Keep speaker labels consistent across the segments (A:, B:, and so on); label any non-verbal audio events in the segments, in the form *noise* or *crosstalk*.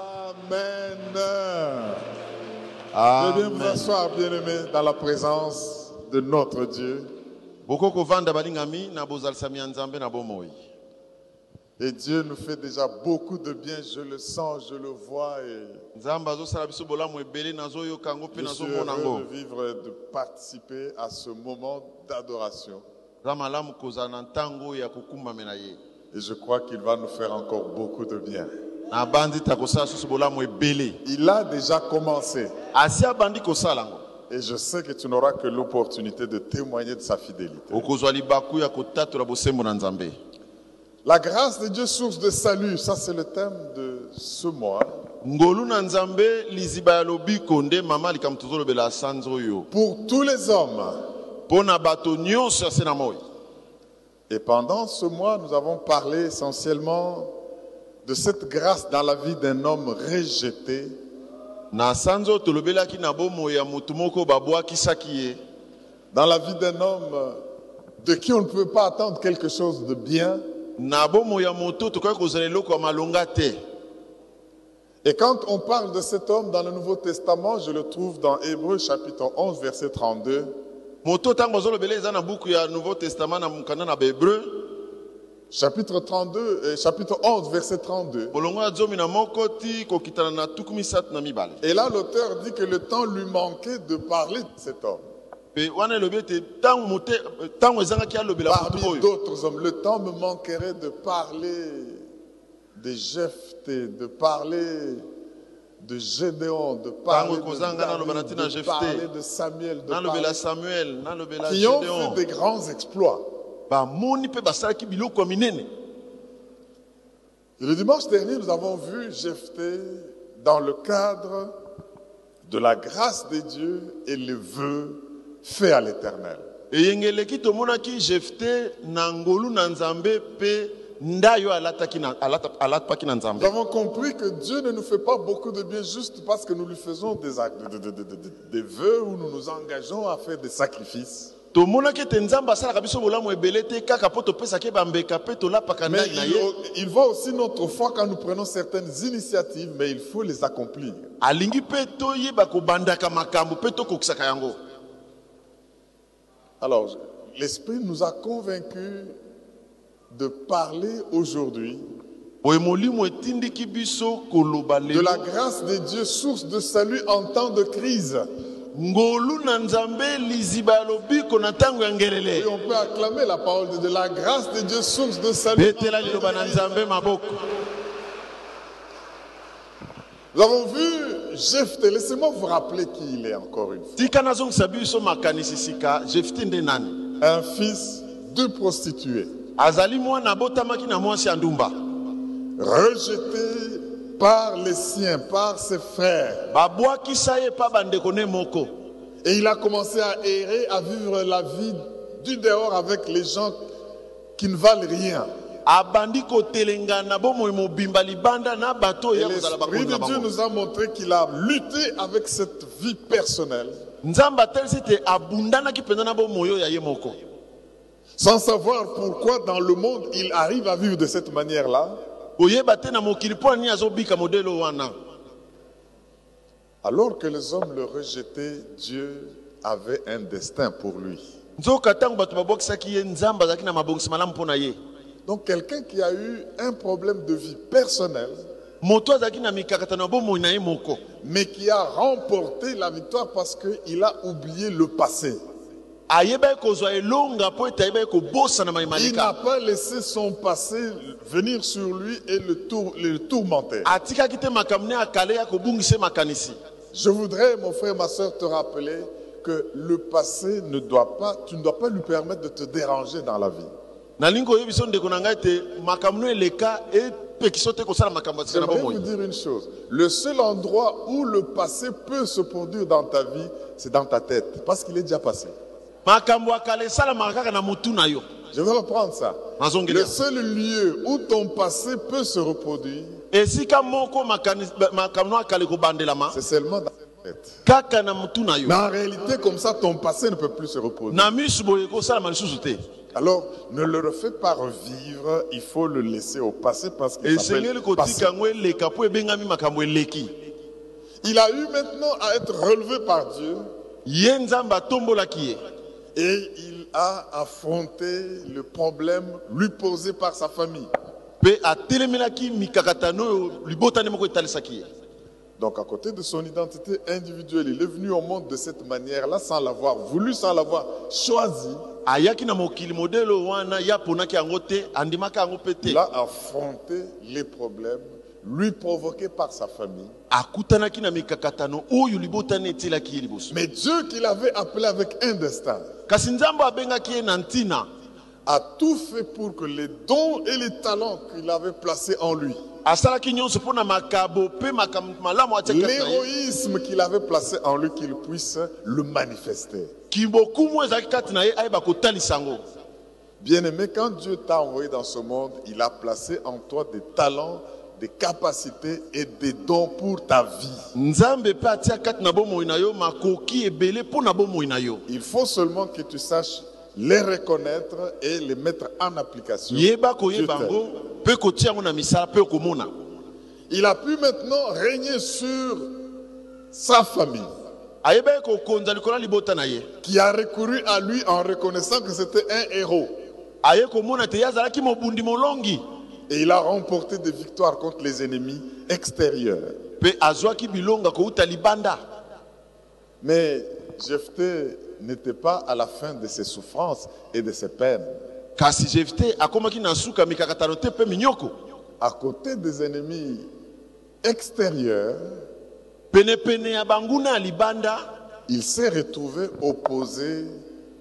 A: Amen. Venez vous
B: amen
A: asseoir, bien-aimés, dans la présence de notre Dieu.
B: bokokovanda balingami na bozalisami ya nzambe na bomoi
A: Et Dieu nous fait déjà beaucoup de bien. Je le sens, je le vois. Et
B: nzambe azosala biso bolamu ebele nazoyoka yango mpe
A: je suis
B: nazomona
A: heureux
B: yango
A: de vivre, et de participer à ce moment d'adoration.
B: za malamu kozala na ntango ya kokumbamela ye
A: Et je crois qu'il va nous faire encore beaucoup de bien.
B: nabandi ta kosala susu bolamu ebele
A: Il a déjà commencé.
B: asi abandi kosala yango
A: Et je sais que tu n'auras que l'opportunité de témoigner de sa fidélité.
B: okozwa libaku ya kotatola bosembo na nzambe
A: La grâce de Dieu, source de salut, ça c'est le thème de ce mois.
B: ngolu na nzambe liziba ya lobiko nde mama likambo tozolobela sanza oyo
A: Pour tous les hommes.
B: mpo na bato nyonso ya se na moi
A: Et pendant ce mois, nous avons parlé essentiellement de cette grâce dans la vie d'un homme rejeté,
B: na sanza oyo tolobelaki na bomoi ya motu moko babwakisaki ye
A: dans la vie d'un homme de qui on ne peut pas attendre quelque chose de bien.
B: na bomoi ya moto tokoki kozala eloko ya malonga te
A: Et quand on parle de cet homme dans le Nouveau Testament, je le trouve dans Hébreux chapitre 11, verset 32.
B: moto ntango azolobela eza na buku ya nouveau testament na mokanda na bahébreu
A: Chapitre 32, euh, chapitre 11, verset 32.
B: bolongo ya zomi na moko ti kokitana na tuku misato na mibale
A: Et là, l'auteur dit que le temps lui manquait de parler de cet homme.
B: mpe wana elobi ete ntango mote- ntango ezangaki alobela motu
A: Parmi
B: oyo
A: d'autres hommes, le temps me manquerait de parler de Jephthé, de parler de Gédéon, de parler
B: Tango
A: de,
B: kozanga naloba na
A: David,
B: ntina
A: de
B: Jephthé.
A: parler de Samuel, de
B: nalobela
A: parler...
B: samuel nalobela
A: qui ont fait
B: gédeon
A: des grands exploits.
B: bamoni mpe basalaki biloko ya minene
A: Et le dimanche dernier, nous avons vu Jephthé dans le cadre de la grâce des dieux et les vœux faits à l'Éternel.
B: eyengeleki tomonaki jefte na ngolu na nzambe mpe ndayi oyo alataki na- alata- alataki na
A: Nous
B: nzambe
A: avons compris que Dieu ne nous fait pas beaucoup de bien juste parce que nous lui faisons des, actes, de- de- de- de- de- des vœux ou nous nous engageons à faire des sacrifices.
B: tomonaki ete nzambe asalaka biso bolamu ebele te kaka mpo topesaki ye bambeka mpe tolapaka
A: Mais
B: ndayi na
A: il,
B: ye
A: il voit aussi notre foi quand nous prenons certaines initiatives, mais il faut les accomplir.
B: alingi mpe toyeba kobandaka makambo mpe tokokisaka yango
A: Alors, je- l'Esprit nous a convaincus de parler aujourd'hui
B: boye molimo etindiki biso koloba
A: de la
B: lelo
A: grâce de Dieu, source de salut en temps de crise.
B: ngolu na nzambe liziba ya lobiko na ntango ya
A: Et
B: ngelele
A: on peut acclamer la parole de Dieu, la grâce de Dieu, source de salut. en
B: betela
A: temps de
B: liloba na
A: crise.
B: nzambe maboko
A: Nous avons vu Jephthé. Laissez-moi vous rappeler qui il est encore une fois.
B: tika nazongisa biso makanisi sika jefte nde nani
A: Un fils de prostituée,
B: azali mwana abotamaki na mwasi ya ndumba
A: rejeté par les siens, par ses frères.
B: babwakisa ye mpa bandeko ne moko
A: Et il a commencé à errer, à vivre la vie du dehors avec les gens qui ne valent rien.
B: abandi kotelenga na bomoi mobimba libanda na bato oyo
A: Et
B: ya kozala
A: l'Esprit
B: bakoni
A: de
B: na
A: Dieu
B: bango
A: nous a montré qu'il a lutté avec cette vie personnelle,
B: nzambe atelisi ete abundanaki mpenza na bomoi oyo ya ye moko
A: sans savoir pourquoi dans le monde il arrive à vivre de cette manière-là,
B: oyeba te na mokili mpo na nini azobika modele wana
A: alors que les hommes le rejetaient, Dieu avait un destin pour lui.
B: nzoka ntango bato babwakisaki ye nzambe azalaki na mabongisi malamu mpo na ye
A: Donc quelqu'un qui a eu un problème de vie personnelle,
B: moto azalaki na mikakatano ya bomoi na ye moko
A: mais qui a remporté la victoire parce qu'il a oublié le passé.
B: ayebaki kozwa elonga mpo ete ayebaki kobosana
A: Il n'a
B: mayemalika
A: pas laissé son passé venir sur lui et le, tour- le tourmenter.
B: atikaki te makambo ne akale ya kobungisa ye makanisi
A: Je voudrais, mon frère, ma soeur, te rappeler que le passé ne doit pas, tu ne dois pas lui permettre de te déranger dans la vie.
B: nalingi koyebisa ndeko na ngai ete makambo no eleka epekiso te kosala makambo ya sika na
A: J'aimerais vous
B: bomoi
A: dire une chose. Le seul endroit où le passé peut se produire dans ta vie, c'est dans ta tête, parce qu'il est déjà passé.
B: makambo ya kala esalamaka kaka na motu na yo
A: Je vais reprendre ça.
B: nazongelia
A: Le seul lieu où ton passé peut se reproduire,
B: esika moko makani- ba- makambo no akala ekobandelama
A: c'est seulement dans ta tête.
B: kaka na motu na
A: Mais
B: yo
A: en réalité, comme ça, ton passé ne peut plus se reproduire.
B: na misu boye ekosalama lisusu te
A: Alors, ne le refais pas revivre, il faut le laisser au passé parce qu'il
B: esengeli
A: s'appelle passé.
B: kotika yango eleka mpo ebengami makambo eleki
A: Il a eu maintenant à être relevé par Dieu
B: ye nzambe atombolaki ye
A: et il a affronté le problème lui posé par sa famille.
B: mpe atelemelaki mikakatano oyo libotani moko etalisaki ye
A: Donc, à côté de son identité individuelle, il est venu au monde de cette manière-là, sans l'avoir voulu, sans l'avoir choisi.
B: ayaki na mokili modele oyo wana ye aponaki yango te andimaki yango mpe
A: Il
B: te
A: a affronté les problèmes, lui provoqués par sa famille.
B: akutanaki na mikakatano oyo libotani etielaki ye liboso
A: Mais Dieu qu'il avait appelé avec un destin,
B: kasi nzambe abengaki ye na ntina
A: a tout fait pour que les dons et les talents qu'il avait placés en lui,
B: asalaki nyonso mpo na makabo mpe makambo malamu atiaki kati na ye
A: l'héroïsme qu'il avait placé en lui, qu'il puisse le manifester.
B: kibokumu ezalaki kati na ye ayeba kotalisa yango
A: Bien-aimé, quand Dieu t'a envoyé dans ce monde, il a placé en toi des talents, des capacités et des dons pour ta vie.
B: nzambe mpe atia kati na bomoi na yo makoki ebele mpo na bomoi na yo
A: Il faut seulement que tu saches les reconnaître et les mettre en application.
B: yeba
A: Dieu
B: koyeba
A: t'aide.
B: yango mpe kotia yango na misala mpe okomona
A: Il a pu maintenant régner sur sa famille,
B: ayebaki kokonza likolo ya libota na ye
A: qui a recouru à lui en reconnaissant que c'était un héros.
B: aye komona ete ye azalaki mobundi molongi
A: Et il a remporté des victoires contre les ennemis extérieurs.
B: mpe azwaki bilonga kouta libanda
A: Mais Jephthé n'était pas à la fin de ses souffrances et de ses peines.
B: kasi jefte akomaki na suka mikakatano te mpe minyoko
A: À côté des ennemis extérieurs,
B: penepene ya banguna ya libanda
A: il s'est retrouvé opposé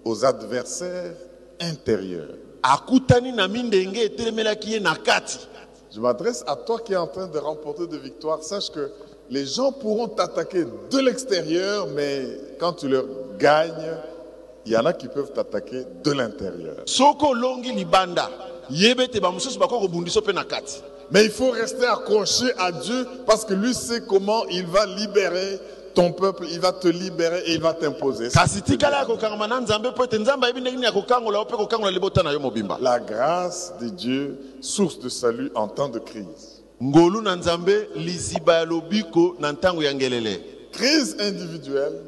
A: aux adversaires intérieurs.
B: akutani na mindenge etelemelaki ye na kati
A: Je m'adresse à toi qui es en train de remporter des victoires. Sache que les gens pourront t'attaquer de l'extérieur, mais quand tu leur gagnes, il y en a qui peuvent t'attaquer de l'intérieur.
B: soki olongi libanda yeba ete bamosusu bakoki kobundisa mpe na kati
A: Mais il faut rester accroché à Dieu parce que lui sait comment il va libérer ton peuple, il va te libérer et il va t'imposer.
B: kasi tikala ya kokangama na nzambe mpo ete nzambe ayebi ndenge nini ya kokangola yo mpe kokangola libota na yo mobimba
A: La grâce de Dieu, source de salut en temps de crise.
B: ngolu na nzambe liziba ya lobiko na ntango ya ngelele
A: Crise individuelle,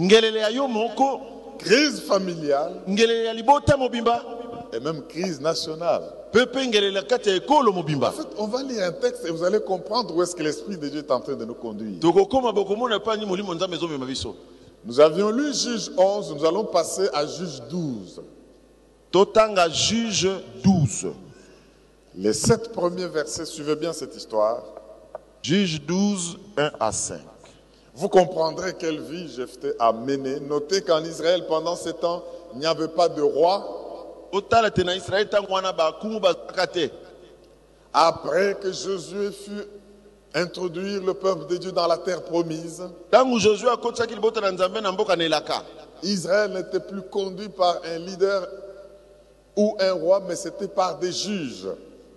B: ngelele ya yo moko
A: crise familiale
B: ngelele ya libota mobimba
A: et même crise nationale.
B: mpe mpe ngelele kati ya ekolo mobimba
A: En fait, on va lire un texte et vous allez comprendre où est-ce que l'Esprit de Dieu est en train de nous conduire.
B: tokokóma bokomona mpe ani molimo nzambe ezomema biso
A: Nous avions lu Juge 11, nous allons passer à Juge 12.
B: totanga juge 12
A: Les sept premiers versets, suivez bien cette histoire.
B: juge 12 1 à 5
A: Vous comprendrez quelle vie Jephthé a menée. Notez qu'en Israël, pendant ces temps, il n'y avait pas de roi.
B: otala te na israele ntango wana bakumu bazwaka te
A: Après que Josué fut introduire le peuple de Dieu dans la terre promise,
B: ntango josue akotisaki libota na nzambe na mboka na elaka
A: Israël n'était plus conduit par un leader ou un roi, mais c'était par des juges.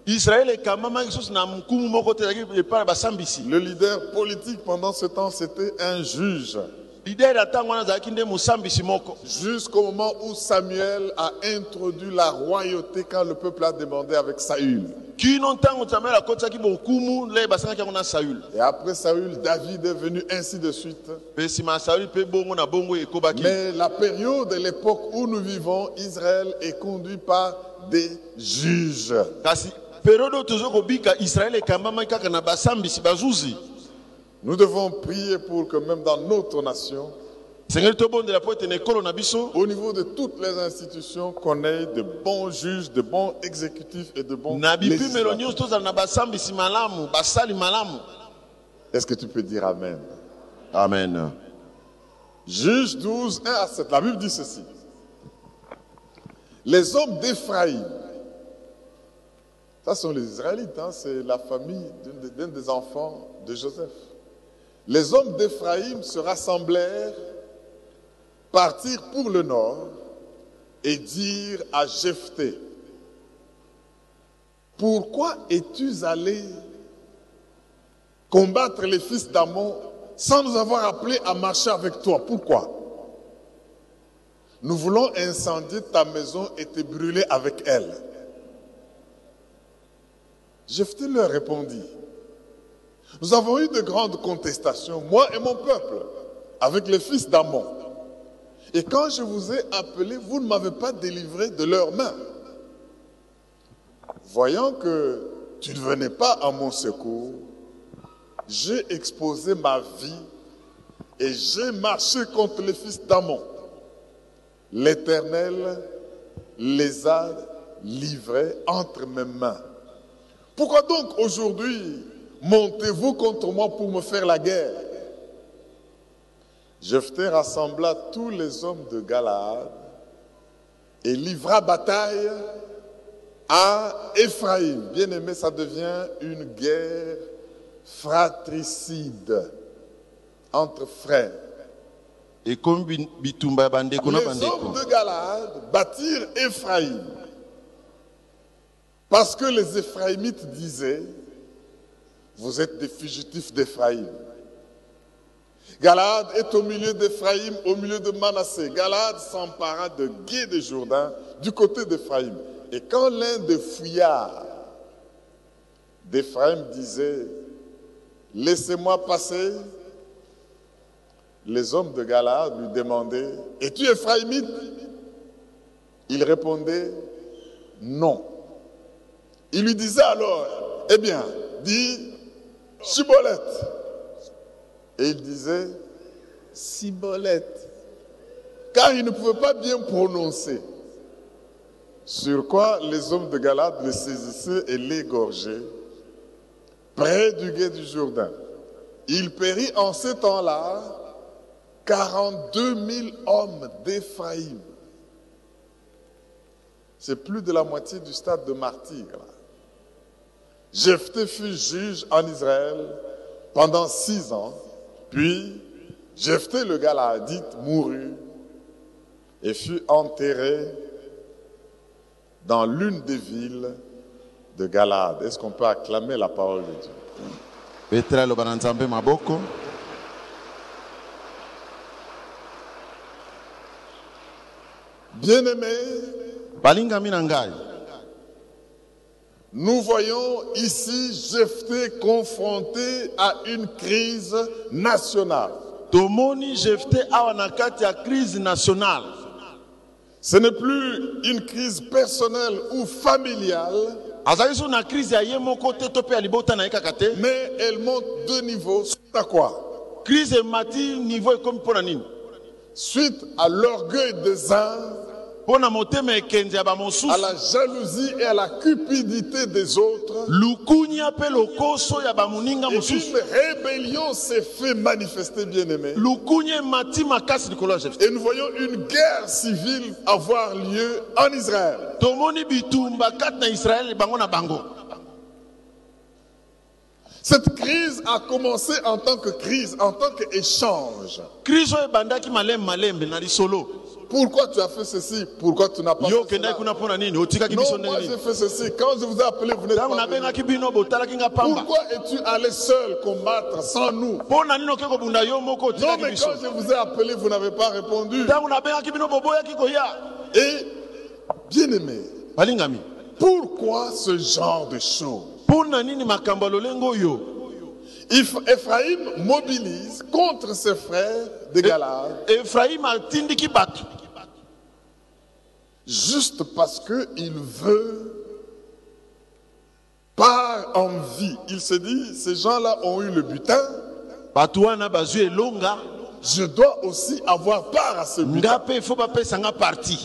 B: israele ekamamaki lisusu na nkumu moko te ezalaki epai na basambisi
A: Le leader politique pendant ce temps, c'était un juge.
B: lider ya ntango wana azalaki nde mosambisi moko
A: Jusqu'au moment où Samuel a introduit la royauté quand le peuple a demandé avec Saül.
B: kino ntango samuel akotisaki bokumu le basangaki yango na saül
A: Et après Saül, David est venu ainsi de suite.
B: mpe nsima ya saül mpe bongo na bongo ekobaki
A: Mais la période et l'époque où nous vivons, Israël est conduit par des juges.
B: kasi periode oyo tozwi kobika israele ekambamaki kaka na basambisi bazuzi
A: Nous devons prier pour que même dans notre nation,
B: sengeli tobondela mpo ete na ekolo na biso
A: au niveau de toutes les institutions, qu'on ait de bons juges, de bons exécutifs et de bons
B: na bipimelo
A: législateurs.
B: nyonso tozala na basambisi malamu basali malamu
A: Est-ce que tu peux dire Amen
B: amen
A: Juge 12, 1 à 7. La Bible dit ceci. Les hommes d'Éphraïm, ça sont les Israélites, hein, c'est la famille d'un des- d'un des enfants de Joseph. Les hommes d'Éphraïm se rassemblèrent, partirent pour le nord et dirent à Jephthé, pourquoi es-tu allé combattre les fils d'Amon sans nous avoir appelés à marcher avec toi. Pourquoi Nous voulons incendier ta maison et te brûler avec elle. Jephthé leur répondit, nous avons eu de grandes contestations, moi et mon peuple, avec les fils d'Amon. Et quand je vous ai appelés, vous ne m'avez pas délivré de leurs mains. Voyant que tu ne venais pas à mon secours, j'ai exposé ma vie et j'ai marché contre les fils d'Amon. L'Éternel les a livrés entre mes mains. Pourquoi donc aujourd'hui montez-vous contre moi pour me faire la guerre Jephthé rassembla tous les hommes de Galaad et livra bataille à Éphraïm. Bien aimé, ça devient une guerre fratricide entre frères.
B: ekomi bi- bitumba ya bandeko na
A: Les hommes
B: bandeko
A: de Galaad bâtirent Éphraïm. Parce que les Éphraïmites disaient, vous êtes des fugitifs d'Éphraïm. Galaad est au milieu d'Éphraïm, au milieu de Manassé. Galaad s'empara de Gué de Jourdain, du côté d'Éphraïm. Et quand l'un des fouillards d'Éphraïm disait, laissez-moi passer, les hommes de Galaad lui demandaient Es-tu Ephraïmite Il répondait Non. Il lui disait alors Eh bien, dis Chibolette. Et il disait Sibolette. Car il ne pouvait pas bien prononcer. Sur quoi les hommes de Galaad le saisissaient et l'égorgeaient près du guet du Jourdain. Il périt en ce temps-là 42 000 hommes d'Éphraïm. C'est plus de la moitié du stade de martyrs. là. Jephthé fut juge en Israël pendant six ans. Puis Jephthé le Galaadite mourut et fut enterré dans l'une des villes de Galaad. Est-ce qu'on peut acclamer la parole de Dieu
B: petela aloba na nzambe maboko
A: Bien-aimés,
B: balingami na ngai
A: Nous voyons ici Jephthé confronté à une crise nationale.
B: tomoni jefte awa na kati ya crise nationale
A: Ce n'est plus une crise personnelle ou familiale,
B: azali so na crise ya ye moko te to mpe ya libota na ye kaka te
A: mais elle monte de niveau suite à quoi
B: crise emati niveau ekomi mpo na nini
A: Suite à l'orgueil des uns,
B: mpo na motema ekenzi ya
A: à
B: bamosusu
A: la jalousie et à la cupidité des autres.
B: lukunia mpe lokoso ya bamoninga
A: Et une
B: mosusu
A: rébellion s'est fait manifester, bien-aimé.
B: lukunia emati makasi likolo ya jefte
A: Et nous voyons une guerre civile avoir lieu en Israël.
B: tomoni bitumba kati na israele bango na bango
A: Cette crise a commencé en tant que crise, en tant qu'échange.
B: crise oyo ebandaki malembe malembe na lisolo
A: Pourquoi tu as fait ceci Pourquoi tu n'as pas
B: yo
A: fait cela
B: okendaki kuna mpo na nini otikaki biso
A: Non,
B: ndenge
A: moi j'ai
B: nini
A: fait ceci. Quand je vous ai appelé, vous n'êtes pas
B: ntango
A: venu.
B: nabengaki bino botalaki nga pamba
A: Pourquoi es-tu allé seul combattre sans nous
B: mpo na nini oke kobunda yo moko
A: Non,
B: otikaki
A: mais
B: biso
A: quand je vous ai appelé, vous n'avez pas répondu.
B: ntango nabengaki bino boboyaki koya
A: Et, bien aimé,
B: balingami
A: pourquoi ce genre de choses
B: mpo na nini makambo ya lolenge oyo
A: Iph- Ephraïm mobilise contre ses frères de Galaad
B: efraim atindiki bato
A: juste parce qu'il veut, par envie, il se dit, ces gens-là ont eu le butin,
B: bato wana bazwi elonga
A: je dois aussi avoir part à ce butin.
B: nga mpe efo bapesa nga parti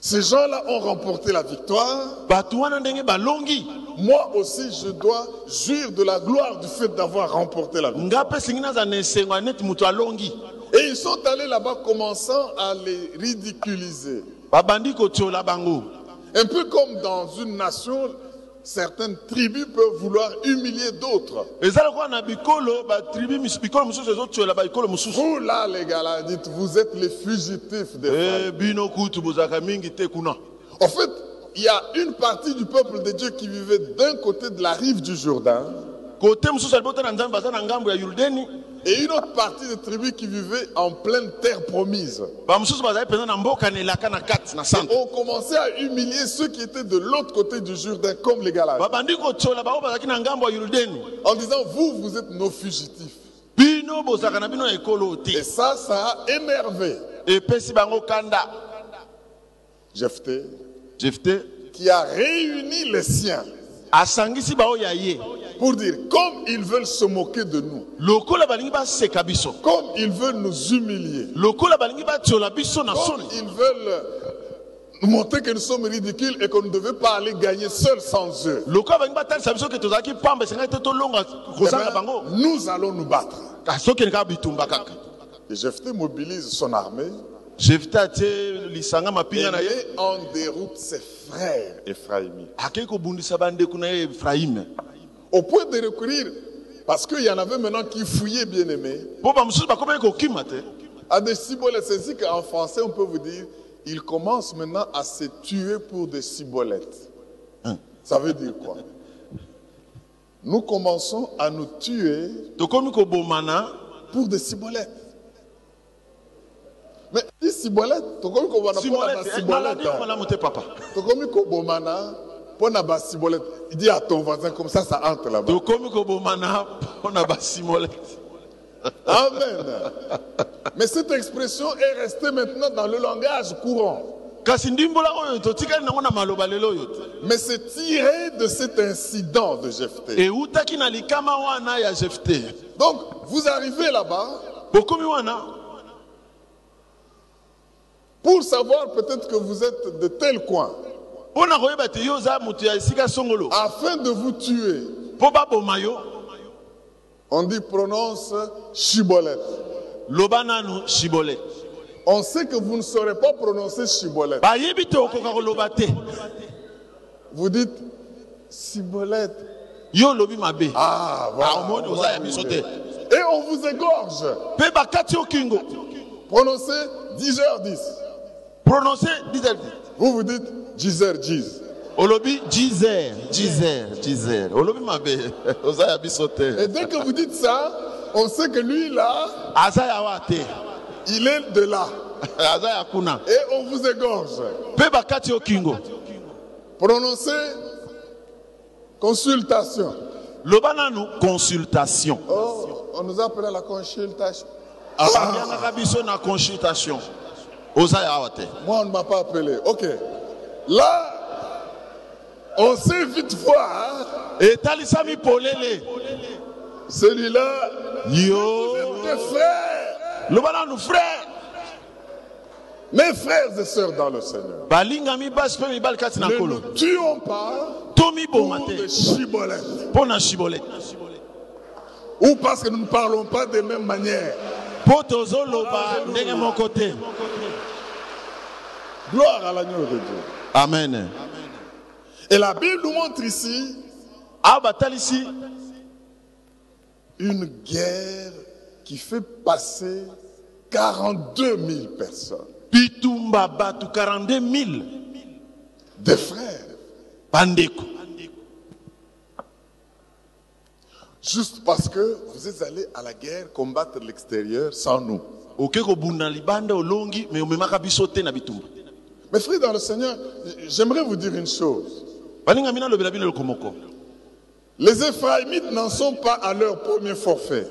A: Ces gens-là ont remporté la victoire.
B: bato wana ndenge balongi
A: Moi aussi, je dois jouir de la gloire du fait d'avoir remporté la victoire.
B: nga mpe esengi naza na esengo ya neti moto alongi
A: Et ils sont allés là-bas commençant à les ridiculiser.
B: babandi kotiola bango
A: Un peu comme dans une nation, certaines tribus peuvent vouloir humilier d'autres.
B: eza lokola na bikolo batribi misu- bikolo mosusu ezotiola baekolo mosusu
A: Vous là, les Galadites, vous êtes les fugitifs des frères.
B: Eh, bino kutu bozalaka mingi te kuna
A: En fait, il y a une partie du peuple de Dieu qui vivait d'un côté de la rive du Jourdain
B: kote mosusu alibota na nzambe baza na ngambo ya yordani
A: et une autre partie des tribus qui vivaient en pleine terre promise.
B: bamosusu bazali mpenza na mbokanelaka na kati na
A: Et
B: centre
A: on commençait à humilier ceux qui étaient de l'autre côté du Jourdain, comme les Galates,
B: babandi kotyola bango bazalaki na ngambo ya yuldeni
A: en disant Vous, vous êtes nos fugitifs.
B: bino bozalaka na bino na ekolo
A: Et
B: te
A: ça, ça a énervé
B: epesi bango kanda
A: Jephthé,
B: jefte
A: qui a réuni les siens
B: asangisi bango ya ye
A: pour dire Comme ils veulent se moquer de nous,
B: lokola balingi baseka biso
A: comme ils veulent nous humilier,
B: lokola balingi batyola biso na
A: comme
B: soni
A: ils veulent nous montrer que nous sommes ridicules et qu'on ne devait pas aller gagner seuls sans eux. Eh
B: lokola balingi batalisa biso ke tozalaki pamba esengaki te tolonga kozanga
A: Eh ben,
B: bango
A: nous allons nous battre.
B: kasi okende kaka bitumba kaka
A: Et Jephthé mobilise son armée
B: jefte atie lisanga
A: et
B: mapinga na ye
A: met en déroute ses frères ephraimiens.
B: akei kobundisa bandeko na ye efrayime
A: Au point de recourir, parce qu'il y en avait maintenant qui fouillaient bien aimé,
B: mpo bamosusu bakomaki kokima te
A: à des cibolettes. C'est ainsi qu'en français, on peut vous dire, ils commencent maintenant à se tuer pour des cibolettes.
B: Hein.
A: Ça veut dire quoi Nous commençons à nous tuer
B: tokomi kobomana
A: pour des cibolettes. Mais des cibolettes, tokomi kobana pona ba
B: Simolette, eh,
A: cibolettes.
B: maladi yo
A: hein.
B: malamu te papa
A: Tokomi kobomana pona ba cibolettes. Il dit à ton voisin comme ça, ça entre là-bas.
B: tokomi kobomana mpo na basimolete
A: Amen. Mais cette expression est restée maintenant dans le langage courant.
B: kasi ndimbola oyo totikali nango na maloba lelo oyo te
A: Mais c'est tiré de cet incident de Jephthé.
B: eutaki na likama wana ya jefte
A: Donc, vous arrivez là-bas
B: bokomi wana
A: pour savoir peut-être que vous êtes de tel coin,
B: mpo na koyeba ete yo oza moto ya esika songolo
A: afin de vous tuer.
B: mpo baboma yo
A: On dit prononce chibolette.
B: loba nanu shibole
A: On sait que vous ne saurez pas prononcer chibolette.
B: bayebi te okoka koloba te
A: Vous dites cibolette.
B: yo olobi mabe
A: Ah,
B: Ah, au moins, vous avez mis sauter.
A: Et on vous égorge.
B: mpe bakati yo kingo
A: Prononcez 10h10.
B: prononce dizel
A: Vous vous dites 10h10.
B: olobi jizer jizer jizer olobi mabe *laughs* oza ya biso te
A: Et dès que vous dites ça, on sait que lui là,
B: aza ya wa te *laughs*
A: il est de là.
B: aza ya kuna
A: Et on vous égorge.
B: mpe bakati yo kingo
A: Prononcez consultation.
B: loba nanu consultation
A: Oh, on nous appelle à la consultation.
B: babiangaka biso na consultation oza ya awa te
A: Moi, on ne m'a pas appelé. Ok. Là, on sait vite hein, voir.
B: etalisami polele
A: hein, Celui-là,
B: yo
A: mes frères,
B: loba nanu frere
A: mes frères et sœurs dans le Seigneur.
B: balingami basi mpe mibali kati na
A: Ne
B: nkolo
A: nous tuons pas
B: tomiboma
A: pour
B: te
A: des chibolettes.
B: mpo na shibole
A: Ou parce que nous ne parlons pas des mêmes manières.
B: mpo tozoloba ndenge moko te
A: Gloire à l'agneau de Dieu.
B: amen
A: Et la Bible nous montre ici
B: awa batalisi
A: une guerre qui fait passer 42 000 personnes,
B: bitumba bato 42 000
A: des frères,
B: bandeko
A: juste parce que vous êtes allés à la guerre combattre l'extérieur sans nous.
B: oke kobunda libanda olongi me omemaka biso te na bitumba
A: Mes frères dans le Seigneur, j'aimerais vous dire une chose.
B: balingami nalobela bino eloko moko
A: Les Ephraimites n'en sont pas à leur premier forfait.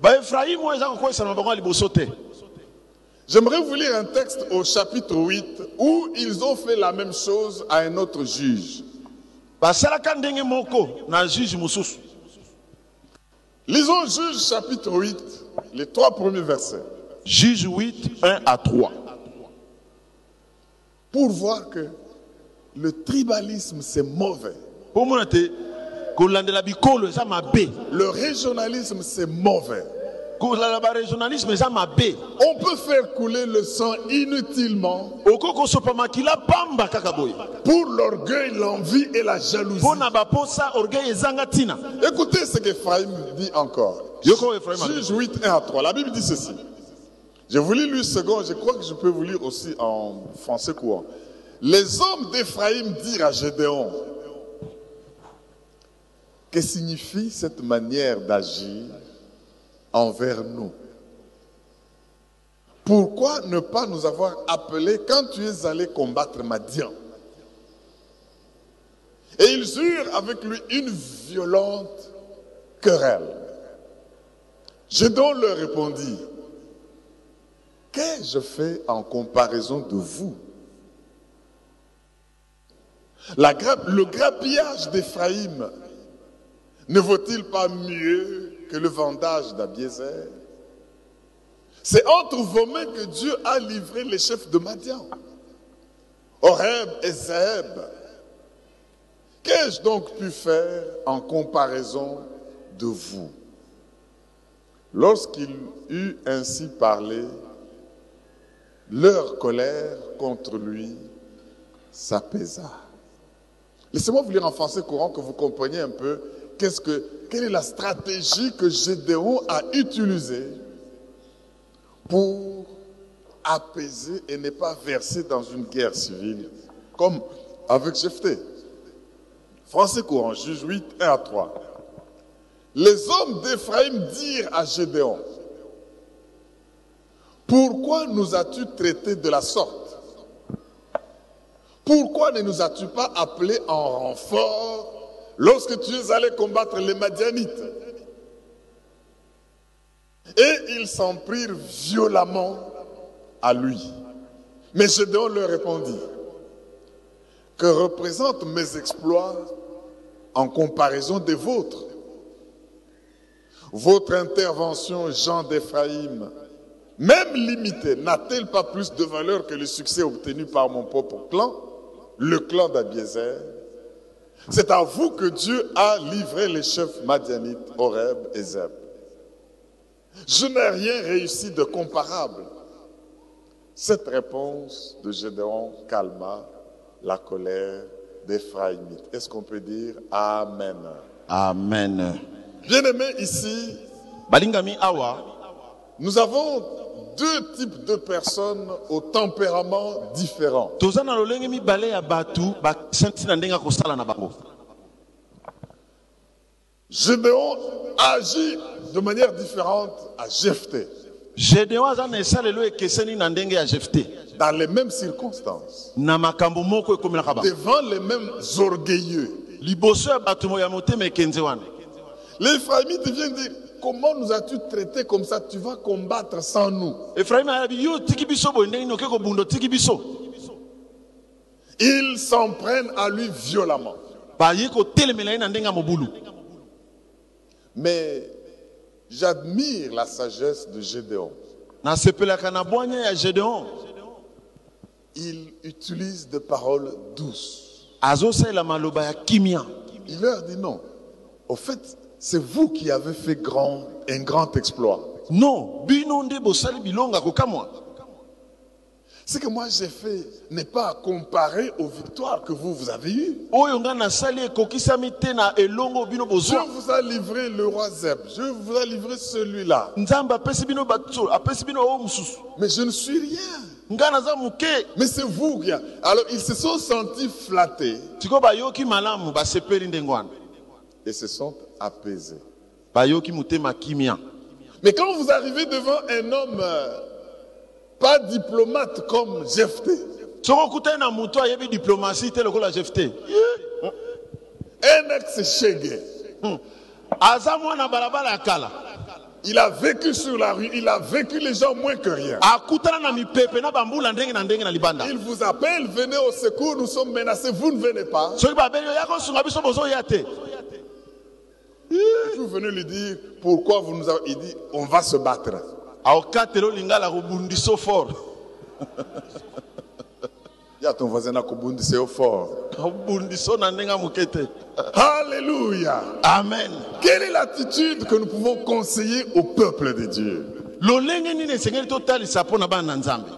B: baefrayimi oyo eza kokwesana na bango ya liboso te
A: J'aimerais vous lire un texte au chapitre 8 où ils ont fait la même chose à un autre juge.
B: basalaka ndenge moko na juge mosusu
A: Lisons Juge chapitre 8, les trois premiers versets,
B: juge 8 1 à 3
A: pour voir que le tribalisme, c'est mauvais.
B: mpo mona te kolandela bikolo eza mabe
A: Le régionalisme, c'est mauvais.
B: kolandela baregionalisme eza mabe
A: On peut faire couler le sang inutilement
B: okoki kosopa makila pamba kaka boye
A: pour l'orgueil, l'envie et la jalousie.
B: mpo na baposa orgueil ezanga ntina
A: Écoutez ce qu'Ephraïm dit encore.
B: Yoko, Ephraim,
A: Juge 8, 1 à 3. La Bible dit ceci. Je vous lis lui second, je crois que je peux vous lire aussi en français courant. Les hommes d'Éphraïm dirent à Gédéon Que signifie cette manière d'agir envers nous. Pourquoi ne pas nous avoir appelés quand tu es allé combattre Madian Et ils eurent avec lui une violente querelle. Gédon leur répondit, Qu'ai-je fait en comparaison de vous La gra- Le grappillage d'Éphraïm ne vaut-il pas mieux que le vendage d'Abiézer C'est entre vos mains que Dieu a livré les chefs de Madian, Horeb et Zeb. Qu'ai-je donc pu faire en comparaison de vous Lorsqu'il eut ainsi parlé, leur colère contre lui s'apaisa. Laissez-moi vous lire en français courant que vous compreniez un peu qu'est-ce que, quelle est la stratégie que Gédéon a utilisée pour apaiser et ne pas verser dans une guerre civile, comme avec Jephthé. Français courant, juge 8, 1 à 3. Les hommes d'Éphraïm dirent à Gédéon, pourquoi nous as-tu traités de la sorte Pourquoi ne nous as-tu pas appelés en renfort lorsque tu es allé combattre les Madianites Et ils s'en prirent violemment à lui. Mais Gédéon leur répondit, que représentent mes exploits en comparaison des vôtres Votre intervention, Jean d'Éphraïm, même limitée, n'a-t-elle pas plus de valeur que le succès obtenu par mon propre clan, le clan d'Abiézer C'est à vous que Dieu a livré les chefs madianites, Horeb et Zeb. Je n'ai rien réussi de comparable. Cette réponse de Gédéon calma la colère d'Éphraïmite. Est-ce qu'on peut dire Amen
B: amen
A: Bien-aimés, ici,
B: balingami awa
A: nous avons deux types de personnes au tempérament différent.
B: toza na lolenge mibale ya bato basanti na ndenge ya kosala na bango
A: Gédéon agit de manière différente à Jephthé,
B: gedeon aza na esalelo ekeseni na ndenge ya jefte
A: dans les mêmes circonstances,
B: na makambo moko ekomelaka bango
A: devant les mêmes orgueilleux.
B: liboso ya bato mo- ya motema ekenze wana
A: Les Pharaonites viennent dire Comment nous as-tu traité comme ça Tu vas combattre sans nous.
B: efraime ayabi yo otiki biso boye ndenge nini oke kobunda otiki biso
A: Ils s'en prennent à lui violemment.
B: baye kotelemela ye na ndenge ya mobulu
A: Mais j'admire la sagesse de Gédéon.
B: nasepelaka na bwanya ya gedeon
A: Il utilise des paroles douces.
B: azosalela maloba ya kimia
A: Il leur dit non. Au fait, c'est vous qui avez fait grand, un grand exploit.
B: non bino nde bosali bilongo ya kokamwa
A: Ce que moi j'ai fait n'est pas à comparer aux victoires que vous, vous avez eues.
B: oyo ngai nasali ekokisami te na elongo bino
A: Dieu
B: bozwa
A: vous a livré le roi Zeb, je vous a livré celui-là,
B: nzambe apesi bino bato apesi bino oyo mosusu
A: mais je ne suis rien.
B: ngai naza moke
A: Mais c'est vous qui. a- Alors ils se sont sentis flattés
B: sikoyo bayoki malamu basepeli ndenge wana
A: et se sont apaisés.
B: bayoki motema kimia
A: Mais quand vous arrivez devant un homme euh, pas diplomate comme Jephthé,
B: soki okutani na moto ayebi diplomasi te lokola jefte
A: un ex-chégué,
B: aza mwana balabala ya kala
A: il a vécu sur la rue, il a vécu les gens moins que rien.
B: akutana na mipepe na bambula ndenge na ndenge na libanda
A: Il vous appelle, venez au secours, nous sommes menacés, vous ne venez pas.
B: soki babeli oya kosunga biso bozoya te
A: Vous venez lui dire pourquoi vous nous avez. Il dit on va se battre.
B: aokatela olingala kobundiso fort
A: Il y a ton voisin à Kobundi, c'est au fort.
B: kobundiso na ndenge ya moke te
A: Alléluia.
B: amen
A: Quelle est l'attitude que nous pouvons conseiller au peuple de Dieu
B: lolenge nini esengeli totalisa mpo na bana na nzambe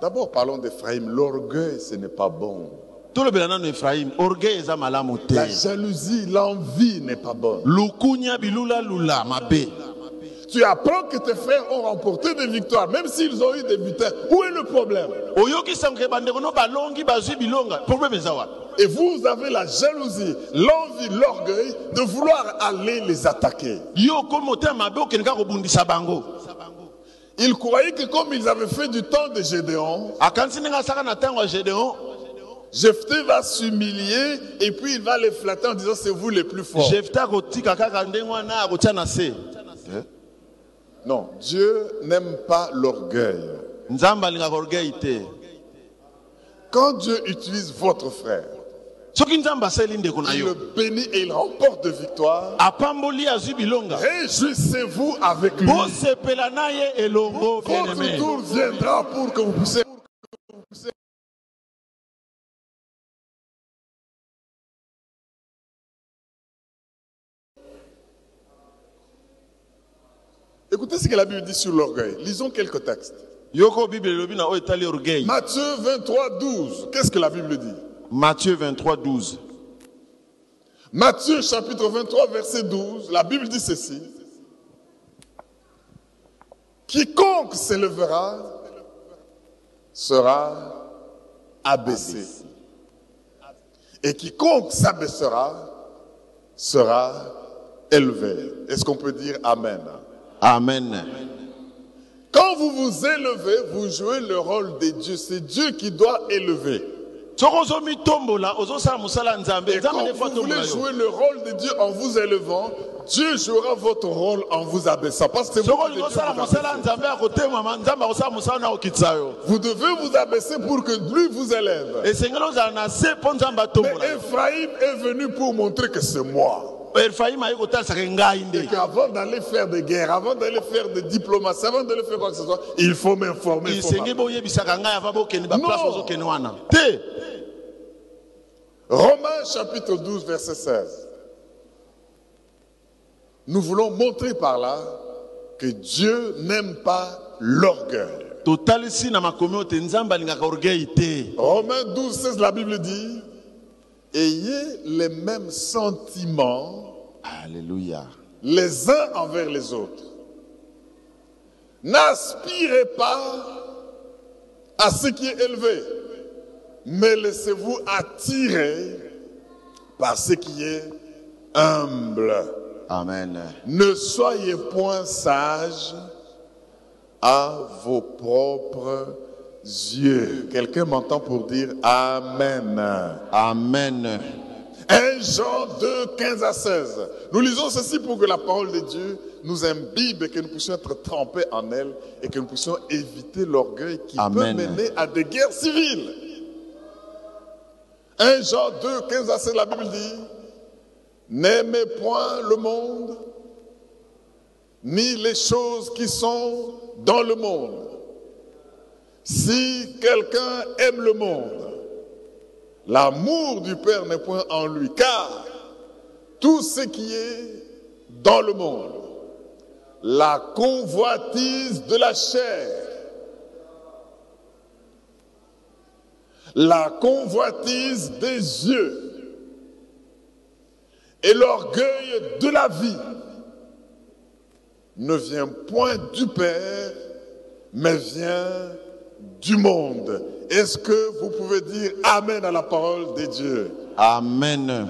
A: D'abord, parlons d'Ephraïm. L'orgueil, ce n'est pas bon.
B: tolobela nano efraim orgueil eza malamu
A: La
B: te
A: jalousie, l'envie n'est pas bonne.
B: lukunya bilula lula mabe
A: tu apprends que tes frères ont remporté des victoires, même s'ils ont eu des butins. Où est le problème
B: oyokisaka ebandeko no balongi bazwi bilonga probleme eza wapi
A: Et vous avez la jalousie, l'envie, l'orgueil de vouloir aller les attaquer.
B: yo okomi motema mabe okende kaka kobundisa bango
A: Ils croyaient que comme ils avaient fait du temps de Gédéon,
B: akanisi ndenge asaka na ntango ya gédeon
A: Jephthé va s'humilier et puis il va les flatter en disant c'est vous les plus forts.
B: jefte akotika kaka ndenge wana akotia na se
A: Non, Dieu n'aime pas l'orgueil.
B: nzambe alingaka orgei te
A: Quand Dieu utilise votre frère,
B: soki nzambe asali ndeko na
A: il le
B: yo
A: bénit et il remporte de victoire,
B: apamboli azwi bilonga
A: réjouissez-vous avec lui.
B: bosepela na ye elongo
A: Votre
B: bien-aimé
A: tour viendra pour que vous puissiez. Écoutez ce que la Bible dit sur l'orgueil. Lisons quelques textes.
B: yoko bible elobi na oyo etali orgei
A: Matthieu 23, 12. Qu'est-ce que la Bible dit
B: matthieu 23 12
A: Matthieu chapitre 23, verset 12. La Bible dit ceci. Quiconque s'élevera sera abaissé. Et quiconque s'abaissera sera élevé. Est-ce qu'on peut dire Amen
B: amen
A: Quand vous vous élevez, vous jouez le rôle de Dieu. C'est Dieu qui doit élever.
B: soki ozomitombola ozosala mosala ya nzambe
A: Et
B: nzambe
A: quand
B: nde po
A: vous voulez
B: atombola yo
A: jouer le rôle de Dieu en vous élevant, Dieu jouera votre rôle en vous abaissant. Parce que c'est vous
B: soko
A: que
B: olingi
A: Dieu
B: osala
A: vous, abaisse.
B: mosala ya nzambe akotemama nzambe akosala mosala na okitisa yo
A: Vous devez vous abaisser pour que lui vous élève.
B: esengeli ozala na se mpo nzambe atombola
A: Mais
B: yo
A: Ephraïm est venu pour montrer que c'est moi.
B: efrayim aye kotalisaka ngai
A: Et
B: nde
A: qu'avant d'aller faire des guerres, avant d'aller faire des diplomaties, avant d'aller faire quoi que ce soit, il faut m'informer. il faut
B: esengeli boyebisaka ngai ava bokende baplace
A: Non.
B: ozokende wana te
A: m'appeler. Romains chapitre 12, verset 16. Nous voulons montrer par là que Dieu n'aime pas l'orgueil.
B: totalisi na makomi oyo te nzambe alingaka orgei te
A: Romains 12, 16, la Bible dit Ayez les mêmes sentiments
B: alleluya
A: les uns envers les autres. N'aspirez pas à ce qui est élevé, mais laissez-vous attirer par ce qui est humble.
B: amen
A: Ne soyez point sages à vos propres yeux. Quelqu'un m'entend pour dire Amen.
B: amen
A: 1 Jean 2, 15 à 16. Nous lisons ceci pour que la parole de Dieu nous imbibe et que nous puissions être trempés en elle et que nous puissions éviter l'orgueil qui
B: Amen.
A: peut mener à des guerres civiles. 1 Jean 2, 15 à 16, la Bible dit N'aimez point le monde, ni les choses qui sont dans le monde. Si quelqu'un aime le monde, L'amour du Père n'est point en lui, car tout ce qui est dans le monde, la convoitise de la chair, la convoitise des yeux et l'orgueil de la vie ne vient point du Père, mais vient du monde. Est-ce que vous pouvez dire Amen à la parole de Dieu
B: amen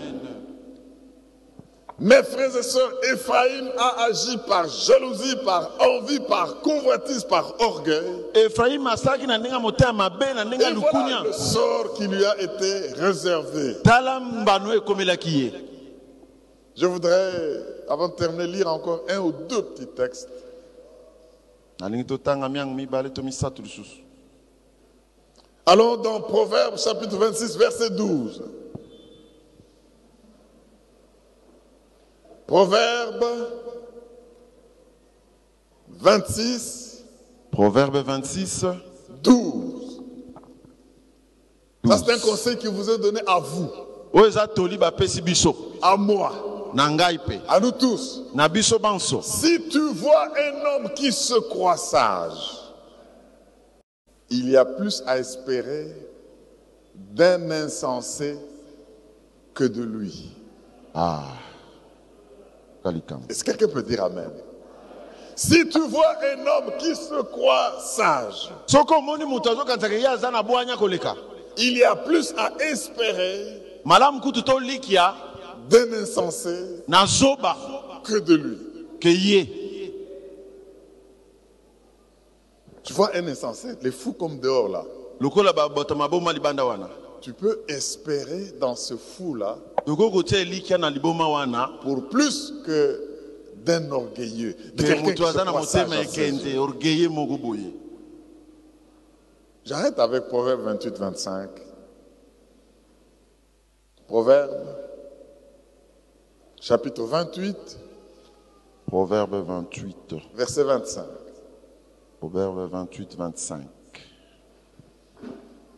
A: Mes frères et sœurs, Ephraïm a agi par jalousie, par envie, par convoitise, par orgueil.
B: efrayim asalaki na ndenge ya motema mabe na ndenge ya
A: Et voilà
B: lukunya
A: le sort qui lui a été réservé.
B: tala mbano ekomelaki ye
A: Je voudrais, avant de terminer, lire encore un ou deux petits textes.
B: nalingi totanga miango mibale to misato lisusu
A: Allons dans Proverbe chapitre 26, verset 12. Proverbe 26,
B: proverbe 26
A: 12. Ça, c'est un
B: 12.
A: conseil qui vous est donné à vous,
B: oyo eza toli bapesi biso
A: à moi,
B: na ngai mpe
A: à nous tous.
B: na biso banso
A: Si tu vois un homme qui se croit sage, il y a plus à espérer d'un insensé que de lui.
B: ah. ka likambo
A: Est-ce que quelqu'un peut dire Amen Si tu vois un homme qui se croit sage,
B: soki omoni moto azokanisaka ye aza na bwanya koleka
A: il y a plus à espérer
B: malamu kutu tolikia
A: d'un insensé
B: na zoba
A: que de lui.
B: ke ye
A: Tu vois un insensé, les fous comme dehors là.
B: lokola babota maboma libanda wana
A: Tu peux espérer dans ce fou là
B: okoki kotia elikia na liboma wana
A: pour plus que d'un orgueilleux. De
B: ke
A: quelqu'un qui
B: moto
A: se
B: aza na
A: croit sage
B: motema
A: à ses yeux.
B: ekende orgueye moko boye
A: J'arrête avec Proverbe 28, 25. Proverbe, chapitre 28,
B: proverbe 28
A: verset 25.
B: proverbe 28 25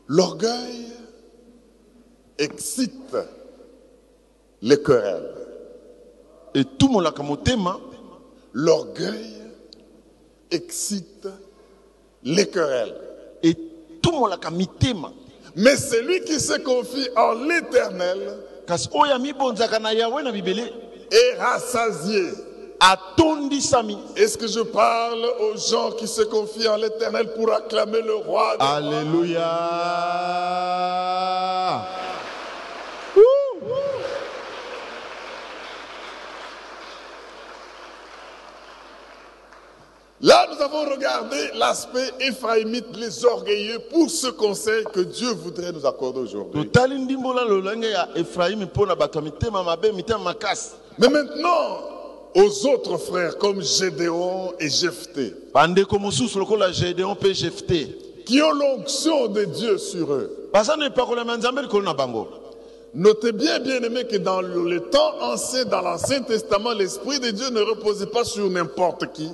A: L'orgueil excite les querelles.
B: etumolaka motema
A: L'orgueil excite les querelles.
B: etumolaka mitema
A: Mais celui qui se confie en l'éternel
B: kasi oyo amibonzaka na yawe na bibele
A: est rassasié.
B: atondisami
A: Est-ce que je parle aux gens qui se confient en l'éternel pour acclamer le roi des rois
B: alléluia
A: Là, nous avons regardé l'aspect éphraïmite, les orgueilleux, pour ce conseil que Dieu voudrait nous accorder aujourd'hui.
B: totali ndimbola lolenge ya efrayimi mpo na bato ya mitema mabe mitema makasi
A: Mais maintenant, aux autres frères comme Gédéon et Jephthé,
B: bandeko mosusu lokola gedeon mpe jefte
A: qui ont l'onction de Dieu sur eux.
B: baza na epakolama ya nzambe likolo na bango
A: Notez bien, bien aimé, que dans le le temps ancien, dans l'Ancien Testament, l'Esprit de Dieu ne reposait pas sur n'importe qui.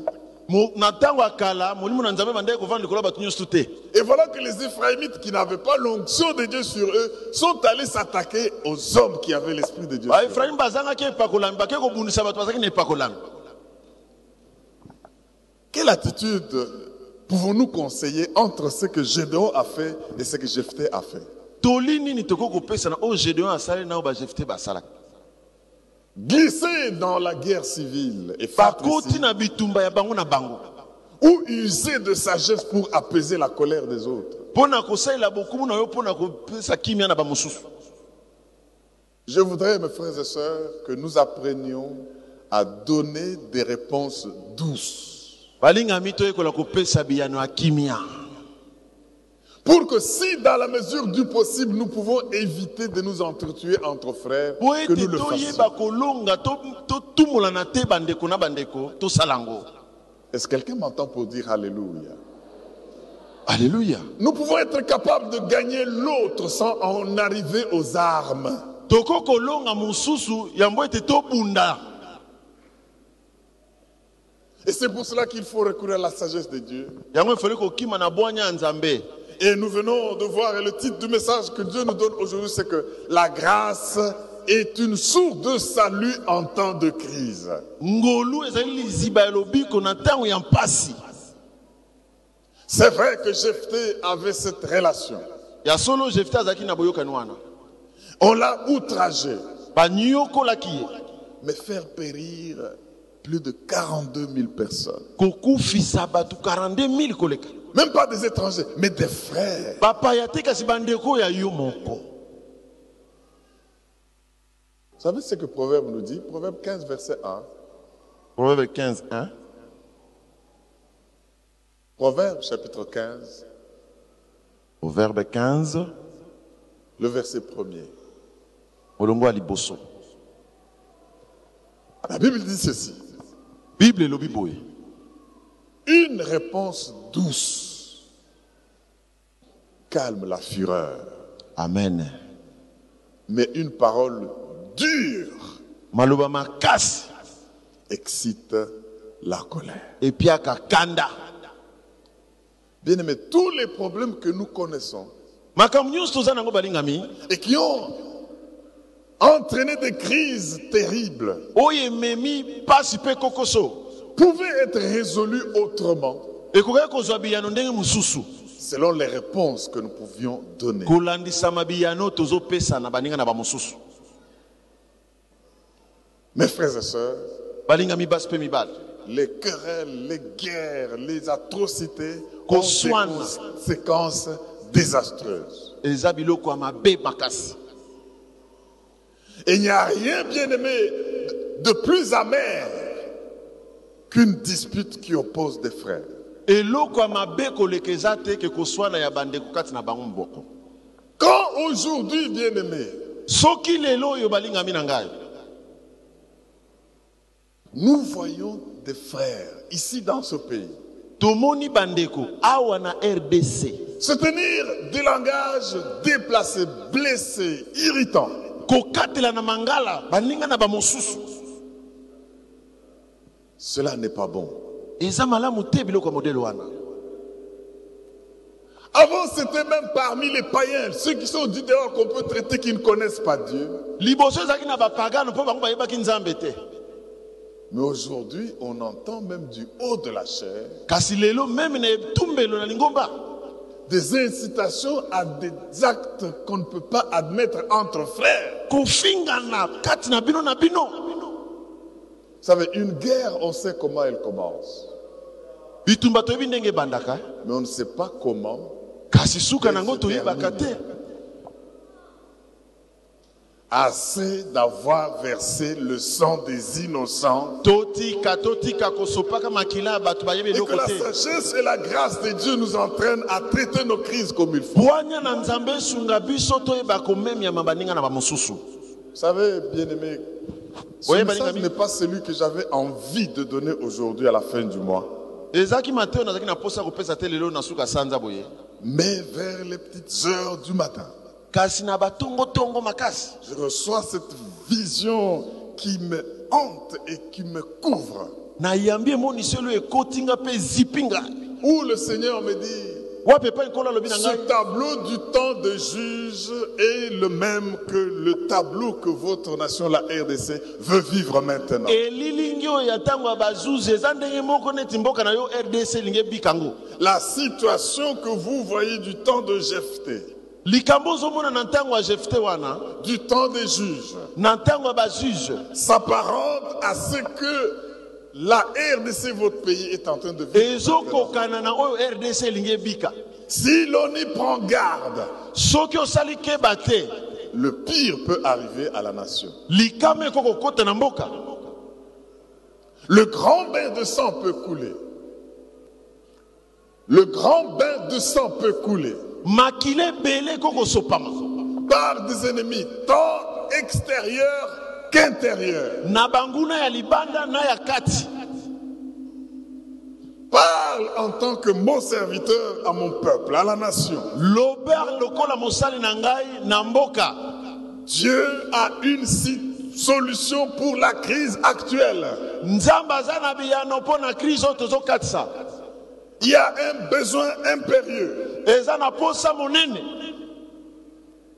B: Mo- na ntango ya kala molimo na nzambe bandeki kovanda likolo ya bato nyonso te
A: Et voilà que les Éphraïmites qui n'avaient pas l'onction de Dieu sur eux sont allés s'attaquer aux hommes qui avaient l'Esprit de Dieu. sur eux.
B: baefrayimi bazangaki epakolami bake kobundisa bato bazalaki na epakolami
A: Quelle attitude pouvons-nous conseiller entre ce que Gédéon a fait et ce que Jephthé a fait
B: toli nini tokoki kopesa na oyo gedeon asali na oyo bajefte basalaki
A: Glisser dans la guerre civile et
B: bakoti
A: fratricide
B: na bitumba ya bango na bango
A: ou user de sagesse pour apaiser la colère des autres.
B: mpo na kosalela bokumu na yo mpo na kopesa kimia na bamosusu
A: Je voudrais, mes frères et sœurs, que nous apprenions à donner des réponses douces
B: balingami toyekola kopesa biyano ya kimia
A: pour que si, dans la mesure du possible, nous pouvons éviter de nous entretuer entre frères,
B: po
A: que
B: ete
A: nous le
B: toyeba
A: fassions.
B: kolonga to- totumolana te bandeko na bandeko tosala yango
A: Est-ce que quelqu'un m'entend pour dire Alléluia
B: alleluya
A: Nous pouvons être capables de gagner l'autre sans en arriver aux armes.
B: tokoki kolonga mosusu yango ete tobunda
A: Et c'est pour cela qu'il faut recourir à la sagesse de Dieu.
B: yango efali kokima na bwanya ya nzambe
A: Et nous venons de voir, et le titre du message que Dieu nous donne aujourd'hui, c'est que la grâce est une source de salut en temps de crise.
B: ngolu ezali liziba ya lobiko na ntango ya mpasi
A: C'est vrai que Jephthé avait cette relation.
B: ya solo jefte azalaki na boyokani wana
A: On l'a outragé,
B: banyokolaki ye
A: mais faire périr plus de 42 000 personnes.
B: kokufisa bato 42 000 koleka
A: Même pas des étrangers, mais des frères.
B: bapaya te kasi bandeko ya yo moko
A: Vous savez ce que Proverbe nous dit Proverbe 15, verset 1.
B: proverbe 15 1
A: Proverbe chapitre 15,
B: proverbe 15
A: le verset 1er.
B: molongo ya liboso
A: La Bible dit ceci.
B: bible elobi boye
A: Une réponse douce calme la fureur,
B: amen
A: mais une parole dure
B: maloba makasi
A: excite la colère.
B: epiaka kanda
A: Bien aimé, tous les problèmes que nous connaissons
B: makambo nyonso toza nango balingami
A: et qui ont entraîné des crises terribles
B: oyo ememi mpasi mpe kokoso
A: pouvaient être résolus autrement
B: ekokaki kozwa biyano ndenge mosusu
A: selon les réponses que nous pouvions donner.
B: kolandisama biyano tozopesa na baninga na bamosusu
A: Mes frères et sœurs,
B: balingami basi mpe mibali
A: les querelles, les guerres, les atrocités ont des
B: Koswana.
A: conséquences désastreuses.
B: eza biloko ya mabe makasi
A: Et il n'y a rien, bien-aimé, de plus amer qu'une dispute qui oppose des frères.
B: eloko ya mabe koleka eza te ke koswana ya bandeko kati na bango moboko
A: Quand aujourd'hui, bien-aimé,
B: soki lelo oyo balingami na ngai
A: nous voyons des frères ici dans ce pays
B: tomoni bandeko awa na rdc
A: se tenir des langages déplacés, blessés, irritants,
B: kokatela na mangala baninga na bamosusu
A: cela n'est pas bon.
B: eza malamu te biloko ya modele wana
A: Avant, c'était même parmi les païens, ceux qui sont du dehors qu'on peut traiter qui ne connaissent pas Dieu.
B: liboso ezalaki na bapagano mpo bango bayebaki nzambe te
A: Mais aujourd'hui, on entend même du haut de la chair
B: kasi lelo meme na etumbelo na lingomba
A: des incitations à des actes qu'on ne peut pas admettre entre frères.
B: kofingana kati na bino na bino
A: Vous savez, une guerre, on sait comment elle commence,
B: bitumba toyebi ndenge ebandaka
A: mais on ne sait pas comment,
B: kasi suka na yango toyebaka te
A: assez d'avoir versé le sang des innocents,
B: totika totika kosopaka makila ya bato bayebi
A: et que
B: eloko
A: la
B: te
A: sagesse et la grâce de Dieu nous entraînent à traiter nos crises comme il faut.
B: bwanya na nzambe esunga biso toyeba komemiama baninga na bamosusu
A: Vous savez, bien-aimé, ce
B: Oui,
A: message
B: Benjamin.
A: n'est pas celui que j'avais envie de donner aujourd'hui à la fin du mois,
B: ezalaki mateo nazalaki na mposa ya kopesa te lelo na suka sanza boye
A: mais vers les petites heures du matin.
B: kasi na batongotongo makasi
A: Je reçois cette vision qui me hante et qui me couvre,
B: nayambi emoniselo ekoti nga mpe ezipi ngai
A: où le Seigneur me dit,
B: wapi epai nkolo alobi na ngai
A: ce tableau du temps de juge est le même que le tableau que votre nation, la RDC, veut vivre maintenant.
B: elilingi oyo ya ntango ya bazuzi eza ndenge moko neti mboka na yo rdc elingi ebika ngo
A: La situation que vous voyez du temps de Jephthé,
B: likambo ozomona na ntango ya jefte wana
A: du temps des juges,
B: na ntango ya bajuge
A: s'apparente à ce que la RDC, votre pays, est en train de vivre. maintenant.
B: ezokokana na oyo rdc elingi ebika
A: Si l'on y prend garde,
B: soki osali keba te
A: le pire peut arriver à la nation.
B: likama ekoki kokota na mboka
A: Le grand bain de sang peut couler. Le grand bain de sang peut couler
B: makila ebele ekoki kosopama
A: par des ennemis tant extérieurs qu'intérieurs,
B: na banguna ya libanda na ya kati
A: parle en tant que mon serviteur à mon peuple, à la nation.
B: lober lokola mosali na ngai na mboka
A: Dieu a une si- solution pour la crise actuelle.
B: nzambe aza na biyano mpo na krise oyo tozokatisa
A: Il y a un besoin impérieux
B: eza na posa monene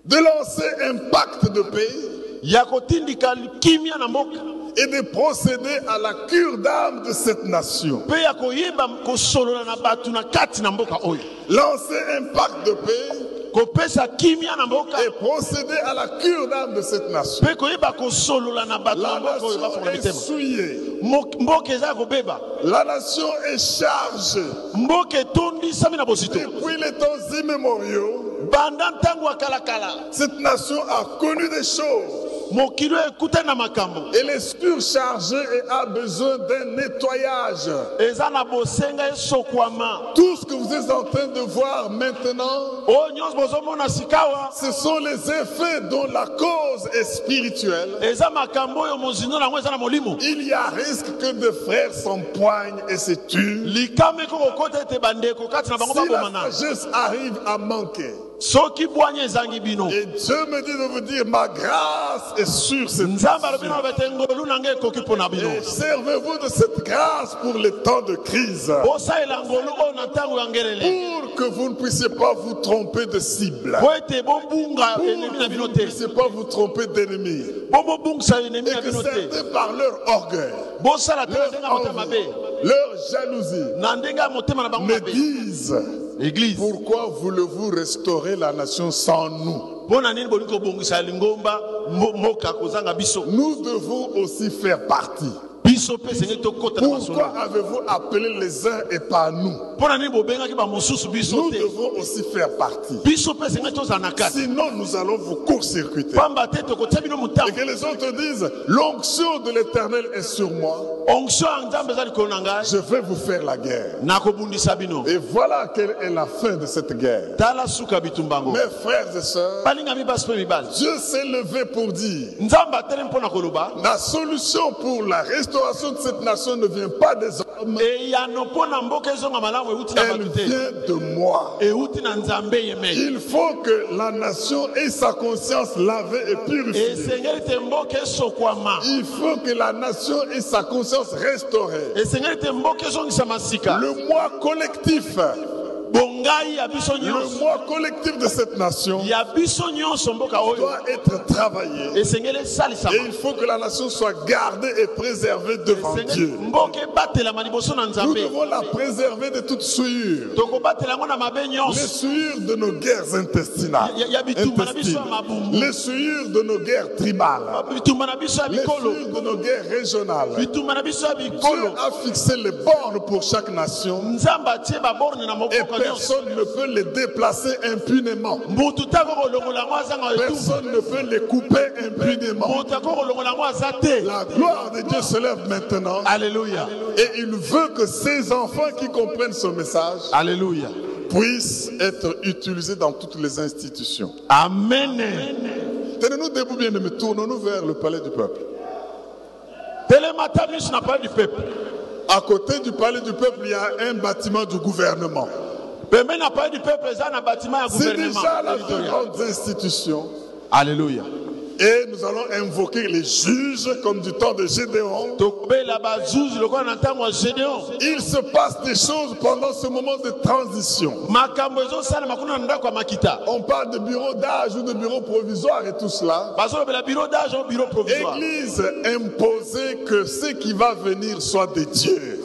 A: de lancer un pacte de pays
B: ya kotindika kimia na mboka
A: et de procéder à la cure d'âme de cette nation.
B: mpe ya koyeba kosolola na bato na kati na mboka oyo
A: Lancer un pacte de paix
B: kopesa kimia na mboka
A: et procéder à la cure d'âme de cette nation.
B: mpe koyeba kosolola na bato na
A: La
B: mboka oyo
A: nation
B: bafunga
A: est
B: mitema
A: souillée.
B: Mo- mboka eza ya kobeba
A: La nation est chargée.
B: mboka etondisami na bosito
A: Depuis les temps immémoriaux,
B: banda ntango ya kalakala
A: cette nation a connu des choses.
B: mokili oyo ekutani na makambo
A: Elle est surchargée et a besoin d'un nettoyage.
B: eza na bosenga esokwama
A: Tout ce que vous êtes en train de voir maintenant,
B: oyo nyonso bozomona sikawa
A: ce sont les effets dont la cause est spirituelle.
B: eza makambo oyo mozindo na yango eza na molimo
A: Il y a risque que des frères s'empoignent et se tuent.
B: likama ekoki kokota ete bandeko kati na bango
A: Si la
B: babomana
A: sagesse arrive à manquer,
B: soki bwanya ezangi bino
A: Et Dieu me dit de vous dire, ma grâce est sur cette
B: nzambe alobi
A: nation.
B: na bete ngolu na ngai ekoki mpo na bino
A: Et servez-vous de cette grâce pour les temps de crise,
B: Oh, bosalela ngolu oyo na ntango ya ngelele
A: pour que vous ne puissiez pas vous tromper de cible,
B: po ete bobunga
A: pour
B: enemi
A: que
B: na
A: vous
B: bino
A: ne
B: te
A: puissiez pas vous tromper d'ennemis,
B: po bobungisa enemi
A: et
B: na
A: que
B: bino te
A: certains par leur orgueil,
B: bosala te na
A: leur,
B: ndenge ya motema
A: envie,
B: mabe
A: leur jalousie,
B: na ndenge ya motema na bango
A: me
B: mabe
A: disent,
B: eglize
A: pourquoi voulez-vous restaurer la nation sans nous
B: mpo na nini bolingi kobongisa lingomba mo- moka kozanga biso
A: Nous devons aussi faire partie.
B: biso mpe esengeli tokɔtana
A: Pourquoi
B: masolo
A: avez-vous appelé les uns et pas nous
B: mpo na nini bobengaki bamosusu biso
A: Nous
B: te
A: devons aussi faire partie.
B: biso mpe esengeli tozala na kati
A: Sinon, nous allons vous court-circuiter.
B: pamba te tokotia bino
A: Et que
B: motambo
A: les autres disent, l'onction de l'éternel est sur moi,
B: onction ya nzambe eza likolo na ngai
A: je vais vous faire la guerre.
B: nakobundisa bino
A: Et voilà quelle est la fin de cette guerre.
B: tala suka ya bitumbango
A: Mes frères et sœurs,
B: balingami basi mpe mibali
A: Dieu s'est levé pour dire,
B: nzambe atelemi mpo na koloba
A: la solution pour la restauration de cette nation ne vient pas des hommes,
B: eyano mpo na mboka ezonga malamu euti na
A: elle
B: bato te
A: vient de moi.
B: euti na nzambe ye mene
A: Il faut que la nation ait sa conscience lavée et purifiée.
B: esengeli te mboka esokwama
A: Il faut que la nation ait sa conscience restaurée.
B: esengeli te mboka ezongisama sika
A: Le moi collectif,
B: bongai ya biso
A: le
B: nyonso
A: moi collectif de cette nation
B: ya biso nyonso mboka oyo
A: doit être travaillé.
B: esengeli
A: Et
B: esalisama
A: il faut que la nation soit gardée et préservée devant
B: Esengeli
A: Dieu.
B: mboka ebatelama liboso na
A: Nous
B: nzambe
A: devons la préserver de toute souillure,
B: tokobatela yango na mabe
A: les
B: nyonso
A: souillures de nos guerres intestinales,
B: Ya- ya- ya bitumba na biso ya
A: intestines,
B: mabumbu.
A: les souillures de nos guerres tribales,
B: bitumba na biso ya
A: les
B: bikolo
A: souillures de nos guerres régionales.
B: bitumba na biso ya
A: Dieu
B: bikolo
A: a fixé les bornes pour chaque nation
B: nzambe atie baborne na
A: et
B: moboko nyonso
A: Eh, personne ne peut les déplacer impunément.
B: motu te akoki kolongola yango azanga etumba
A: Personne ne peut les couper impunément.
B: moto akoki kolongola yango aza te
A: La gloire de Dieu se lève maintenant
B: alleluya
A: et il veut que ses enfants qui comprennent ce message
B: alleluya
A: puissent être utilisés dans toutes les institutions.
B: amen
A: Tenez-nous debout, bien-aimés, tournons-nous vers le palais du peuple.
B: telemata miso na palais du peuple
A: À côté du palais du peuple, il y a un bâtiment du gouvernement.
B: pembeni na palais du peuple eza na batima ya
A: C'est déjà la plus
B: gouvernement
A: grande institution.
B: alleluya
A: Et nous allons invoquer les juges comme du temps de Gédéon.
B: tokobela bazuzi lokola na ntango ya gédeon
A: Il se passe des choses pendant ce moment de transition.
B: makambo ezosalama kuna na ndako ya makita
A: On parle de bureau d'âge ou de bureau provisoire et tout cela.
B: bazolobela biro d'age o biro provisoire
A: Église imposait que ce qui va venir soit de Dieu.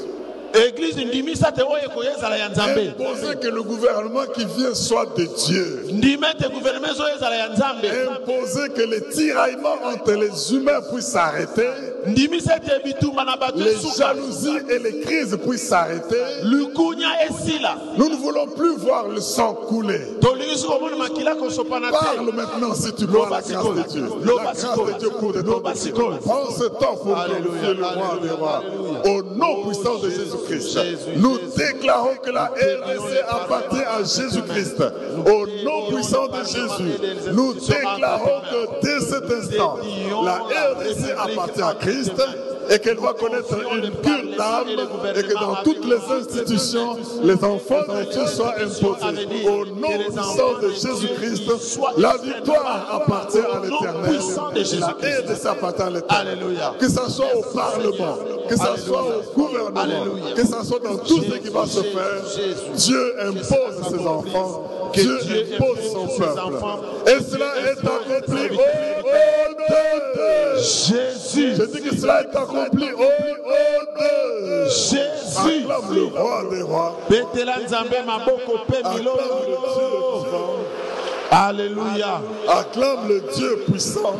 B: eglize ndimisa te oyo ekoya ezala ya nzambe
A: Imposer que le gouvernement qui vient soit de Dieu.
B: ndima ete guvernema ezoya ezala ya nzambe
A: Imposer que les tiraillements entre les humains puissent s'arrêter,
B: ndimisa ete bitumba na bato
A: les
B: esuka
A: jalousies et les crises puissent s'arrêter.
B: lukunya esila
A: Nous ne voulons plus voir le sang couler.
B: tolingisi komona makila kosopana te
A: Parle maintenant si tu crois la grâce de Dieu. La grâce de Dieu court de ton
B: L'obasicole.
A: cœur. Prends ce temps pour
B: Alléluia,
A: glorifier le roi des
B: Alléluia,
A: rois.
B: Alléluia.
A: Au nom puissant de Jésus-Christ,
B: Jésus,
A: nous
B: Jésus.
A: déclarons que la RDC appartient à Jésus-Christ. Au nom puissant de Jésus, nous déclarons que dès cet instant, la RDC appartient à Christ et qu'elle va connaître une cure d'âme et que dans toutes les institutions, les enfants de Dieu soient imposés. Au nom puissant de Jésus-Christ, la victoire appartient à l'éternel. La E RDC appartient à l'éternel.
B: Alléluia.
A: Que ça soit au Parlement, que ça soit au gouvernement,
B: Alléluia.
A: que ça soit dans tout ce qui va se faire. Dieu impose ses enfants, Dieu impose son peuple. Et cela est accompli au nom de Dieu.
B: jésus
A: Je dis que cela est accompli au nom de Dieu.
B: jésus
A: Acclame le roi des rois.
B: betela nzambe maboko mpe
A: Acclame le
B: milolo
A: Dieu vivant.
B: alleluya
A: Acclame le Dieu puissant.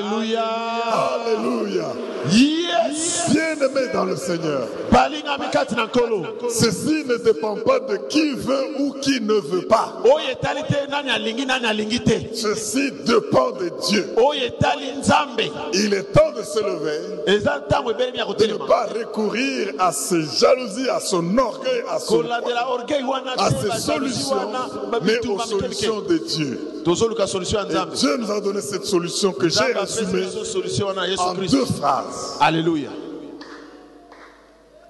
B: alleluya
A: Alléluia.
B: yes
A: Bien-aimé dans le Seigneur.
B: balingami kati na nkolo
A: Ceci ne dépend pas de qui veut ou qui ne veut pas.
B: oyo etali te nani alingi nani alingi te
A: Ceci dépend de Dieu.
B: oyo etali nzambe
A: Il est temps de se lever,
B: eza ntango ebelemi ya
A: de ne
B: kotelema
A: pas recourir à ses jalousies, à son orgueil, à, son,
B: kolandela orgueil wana
A: à
B: te
A: ses
B: bajalusi
A: solutions,
B: wana
A: Ah, mais aux
B: babitumba
A: solutions
B: mikemike
A: de Dieu.
B: tozoluka solution ya nzambe
A: Dieu nous a donné cette solution que j'ai
B: nzambe apesi
A: résumée
B: biso solution wana yesu
A: Eh, en
B: kristo
A: deux phrases.
B: alleluya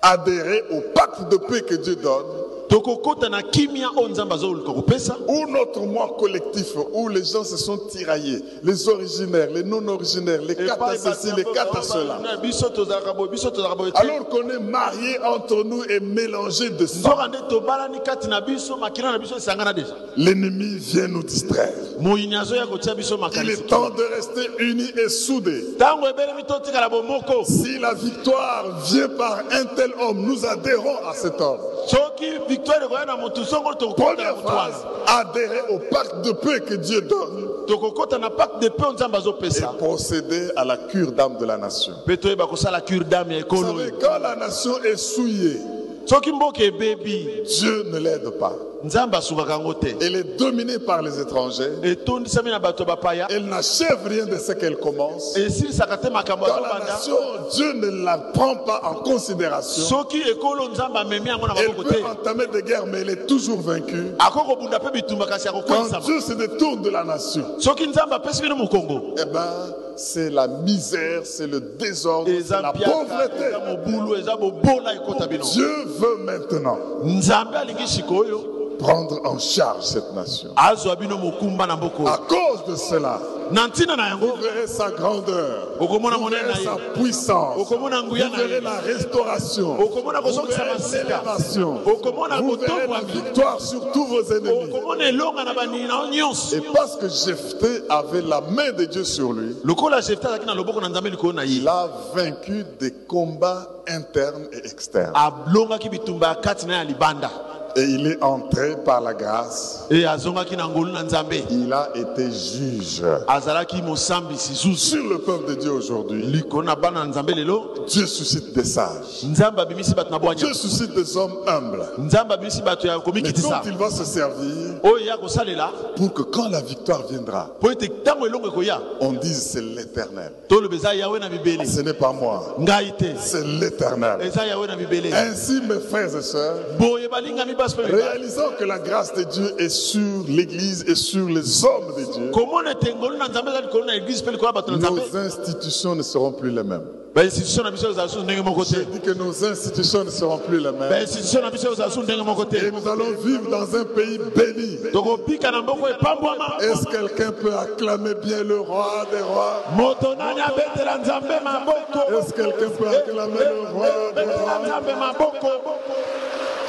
A: Adhérer au pacte de paix que Dieu donne,
B: tokokota na kimia oyo nzambe azoluka kopesa
A: ou notre moi collectif, où les gens se sont tiraillés, les originaires, les non-originaires, les quatre à
B: Epai
A: ceci, les
B: bato
A: quatre à
B: oyo
A: cela.
B: balingaka biso tozalaka boye biso tozalaka boye te.
A: Alors qu'on est mariés entre nous et mélangés de sang,
B: nzoka nde tobalani kati na biso makila na biso esangana deja
A: l'ennemi vient nous distraire.
B: moyini azoya kotia biso
A: Il
B: makanisi
A: est temps de rester unis et soudés.
B: ntango ebelemi totikala bomoko
A: Si la victoire vient par un tel homme, nous adhérons à cet homme.
B: soki toelekoya na motu songo tokokota na
A: Première
B: motu
A: phrase,
B: wana
A: adhérer au pacte de paix que Dieu donne
B: tokokota na pacte de mpe nzambe
A: et
B: azopesa
A: procéder à la cure d'âme de la nation.
B: mpe toyeba kosala cure dame ya
A: Vous
B: ekolo
A: savez,
B: oyo
A: quand la nation est souillée,
B: soki mboka ebebi
A: Dieu ne l'aide pas.
B: nzambe asungaka yango te
A: Elle est dominée par les étrangers.
B: etondisami na bato ya bapaya
A: Elle n'achève rien de ce qu'elle commence.
B: esilisaka te makambo
A: Dans la
B: azobanda
A: nation, Dieu ne la prend pas en considération.
B: soki ekolo nzambe amemi yango na
A: Elle
B: maboko
A: peut
B: te
A: entamer des guerres, mais elle est toujours vaincue.
B: akoki kobunda mpe bitumba kasi
A: Quand
B: akokweisama
A: Dieu se détourne de la nation,
B: soki nzambe apesi bino mokongo
A: eh ben, c'est la misère, c'est le désordre, c'est
B: eza
A: la
B: mpiaka
A: pauvreté.
B: eza mobulu eza bobola ekota bino
A: Dieu veut maintenant
B: nzambe alingi sikoyo
A: prendre en charge cette nation.
B: azwa bino mokumba na mboka
A: À cause de cela,
B: na ntina na
A: vous
B: yango
A: verrez sa grandeur,
B: okomona
A: vous
B: monene
A: verrez
B: na
A: sa
B: ye
A: puissance, vous
B: okomona nguya na
A: verrez
B: ye
A: la restauration, vous
B: okomona
A: verrez
B: kosongisa masika
A: l'élévation,
B: okomona
A: vous verrez la
B: kotombwami
A: victoire sur tous vos ennemis.
B: okomona elonga na banini na yo nyonso
A: Et parce que Jephthé avait la main de Dieu sur lui,
B: lokola jefte azalaki na loboko na nzambe likolo na
A: il
B: ye
A: a vaincu des combats internes et externes.
B: alongaki bitumba ya kati na ye ya libanda
A: Et il est entré par la grâce.
B: e azongaki na ngolu na nzambe
A: Il a été juge.
B: azalaki mosambisi zuzu
A: Sur le peuple de Dieu aujourd'hui,
B: likolo na bana na nzambe lelo
A: Dieu suscite des sages.
B: nzambe abimisi bato na bwanya
A: Dieu suscite des hommes humbles.
B: nzambe abimisi bato ya
A: Mais dont
B: komikitisa
A: il va se servir
B: oyo ya kosalela
A: pour que quand la victoire viendra,
B: mpo ete ntango elongo ekoya
A: on dise c'est l'éternel.
B: toloba eza yawe na bibele
A: Ce n'est pas moi,
B: ngai te
A: c'est l'éternel.
B: eza yawe na bibele
A: Ainsi, mes frères et sœurs,
B: boye balingami basi mpe mibali.
A: réalisons que la grâce de Dieu est sur l'Église et sur les hommes de Dieu.
B: komona ete ngolu na nzambe eza likolo na eglize mpe likolo ya bato na nzambe
A: Nos institutions ne seront plus les mêmes.
B: bainstitution na biso ezala lisusu ndenge moko
A: Je
B: te
A: dis que nos institutions ne seront plus les mêmes.
B: bainstitution na biso ezala lisusu ndenge moko
A: Et
B: te
A: nous allons vivre dans un pays béni.
B: tokobika na mboka epambwama
A: Est-ce que quelqu'un peut acclamer bien le roi des rois
B: moto nani abetela nzambe Eh, maboko
A: Est-ce que quelqu'un peut acclamer le roi des
B: betela
A: rois
B: eh, nzambe maboko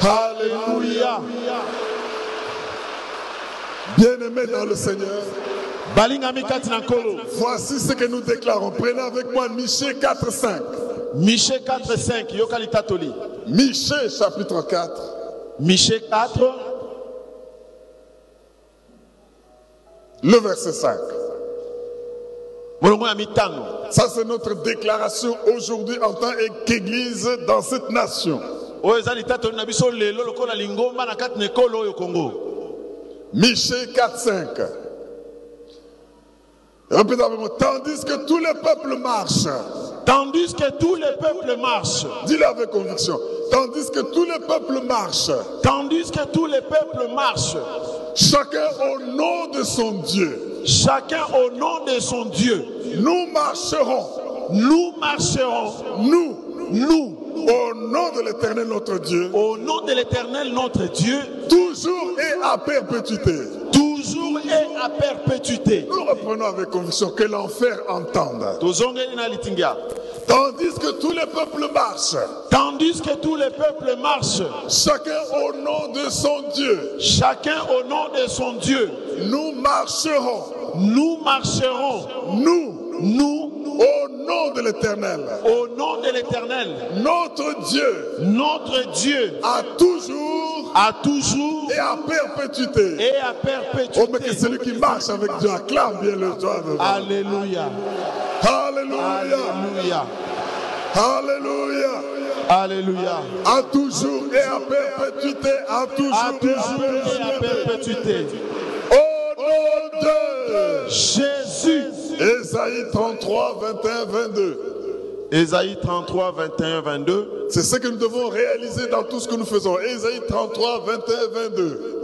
A: Alléluia.
B: Alléluia.
A: Bien-aimés dans le Seigneur,
B: balingami kati na nkolo
A: voici ce que nous déclarons. Prenez avec moi Michée 4, 5.
B: miche 45 yokali tatoli
A: Michée chapitre 4.
B: miche 4
A: Le verset 5.
B: molongo ya mitano
A: Ça, c'est notre déclaration aujourd'hui en tant qu'Église dans cette nation.
B: oyo eza litatoli na biso lelo lokola lingomba na kati na ekolo oyo kongo
A: Michée 4, 5. Répétez avec moi. Tandis que tous les peuples marchent.
B: tandis que tous les peuples marchent
A: Dis-le avec conviction. Tandis que tous les peuples marchent,
B: tandis que tous les peuples marchent
A: chacun au nom de son Dieu,
B: chacun au nom de son Dieu
A: nous marcherons,
B: nous marcherons
A: nous,
B: nous
A: au nom de l'Éternel notre Dieu,
B: au nom de l'Éternel notre Dieu
A: toujours et à perpétuité.
B: toujours et à perpétuité
A: Nous reprenons avec conviction que l'enfer entende.
B: tozongeli na litingia
A: Tandis que tous les peuples marchent,
B: tandis que tous les peuples marchent
A: chacun au nom de son Dieu,
B: chacun au nom de son Dieu
A: nous marcherons,
B: nous marcherons
A: nous,
B: nous
A: au nom de l'Éternel.
B: au nom de l'Éternel
A: Notre Dieu
B: notre Dieu
A: a toujours
B: à toujours
A: et à perpétuité.
B: et à
A: Oh, mais que
B: perpétuité.
A: celui qui marche avec Dieu acclame bien le joie de Dieu.
B: Alléluia.
A: Alléluia.
B: Alléluia.
A: Alléluia.
B: Alléluia.
A: À toujours et à perpétuité. À
B: À
A: toujours et à
B: toujours et à
A: perpétuité.
B: perpétuité.
A: Au nom de Dieu.
B: Jésus.
A: Ésaïe 33, 21, 22.
B: Ésaïe 33, 21, 22.
A: C'est ce que nous devons réaliser dans tout ce que nous faisons. Ésaïe 33, 21, 22.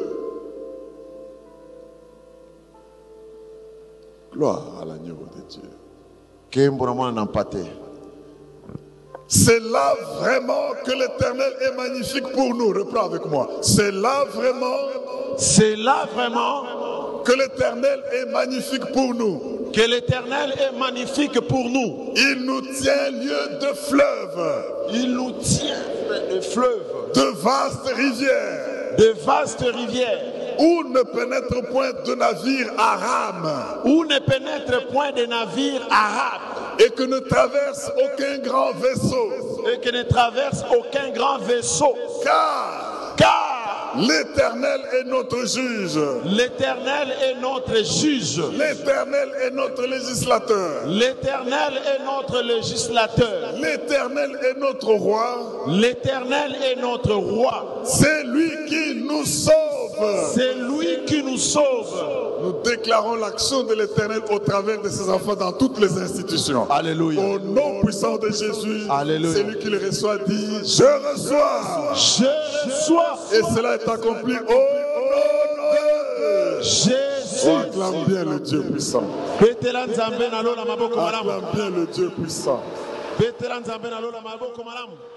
A: Gloire à l'agneau de Dieu. C'est là vraiment que l'Éternel est magnifique pour nous. Reprends avec moi. C'est là vraiment
B: C'est là vraiment
A: que l'Éternel est magnifique pour nous.
B: que l'Éternel est magnifique pour nous.
A: Il nous tient lieu de fleuves,
B: Il nous tient de fleuves,
A: de vastes rivières,
B: de vastes rivières,
A: où ne pénètre point de navire à rame,
B: où ne pénètre point de navire arabe
A: et que ne traverse aucun grand vaisseau.
B: et que ne traverse aucun grand vaisseau.
A: Car
B: Car
A: L'Éternel est notre juge.
B: L'Éternel est notre juge.
A: L'Éternel est notre législateur.
B: L'Éternel est notre législateur.
A: L'Éternel est notre roi.
B: L'Éternel est notre roi.
A: C'est lui qui nous sauve.
B: C'est lui qui nous sauve.
A: Nous déclarons l'action de l'Éternel au travers de ses enfants dans toutes les institutions.
B: Alléluia.
A: Au nom puissant de Jésus,
B: Alléluia.
A: celui qui le reçoit dit, je reçois.
B: Je reçois
A: Et cela est accompli au nom de...
B: Jésus.
A: On Oh, acclame bien le Dieu puissant.
B: Petela nzambe na lo na maboko malamu.
A: Acclame bien le Dieu puissant.
B: Petela nzambe na lo na maboko malamu.